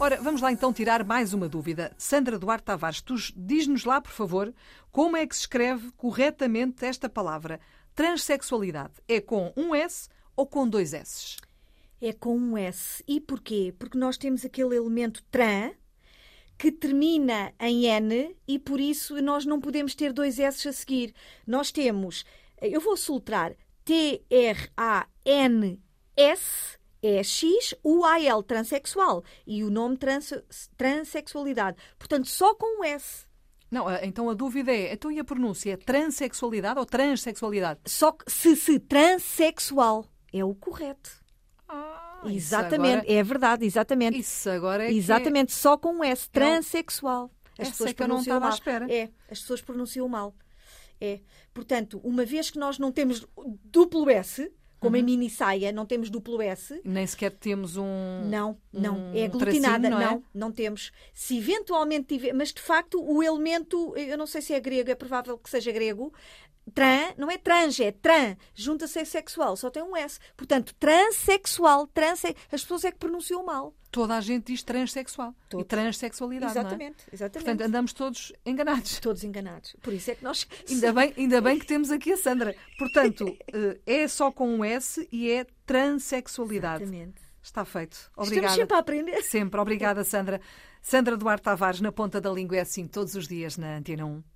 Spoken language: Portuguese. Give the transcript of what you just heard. Ora, vamos lá então tirar mais uma dúvida. Sandra Duarte Tavares, tu diz-nos lá, por favor, como é que se escreve corretamente esta palavra transexualidade? É com um S ou com dois S? É com um S. E porquê? Porque nós temos aquele elemento tran que termina em N e por isso nós não podemos ter dois S a seguir. Nós temos, eu vou soltar T-R-A-N-S é X, o A-L, transexual, e o nome trans, transexualidade. Portanto, só com um S. Não, então a dúvida é, então e a pronúncia? É transexualidade ou transexualidade? Só que se, se transexual é o correto. Ah, isso exatamente, agora, é verdade, exatamente. isso agora é que- Exatamente, só com um S, É um- transexual. As Essa pessoas é que eu não pronunciam estava à mal. espera. É, as pessoas pronunciam mal. É. Portanto, uma vez que nós não temos duplo S, como em Uhum. mini saia, não temos duplo S, Nem sequer temos um... não, não, um é aglutinada, tracinho, não é? não, não temos. Se eventualmente tiver, mas de facto o elemento, eu não sei se é grego, é provável que seja grego, tran, não é trans, é tran, junta-se a sexual, só tem um S. Portanto, transexual, trans, as pessoas é que pronunciam mal. Toda a gente diz transexual e Todos. transexualidade, não é? exatamente, exatamente. Portanto, andamos todos enganados. Todos enganados. Por isso é que nós. Ainda bem, ainda bem que temos aqui a Sandra. Portanto, eh, é só com um S e é transexualidade. Exatamente. Está feito. Estamos Obrigada. sempre a aprender. Sempre. Obrigada, Sandra. Sandra Duarte Tavares, na ponta da língua, é assim todos os dias na Antena 1.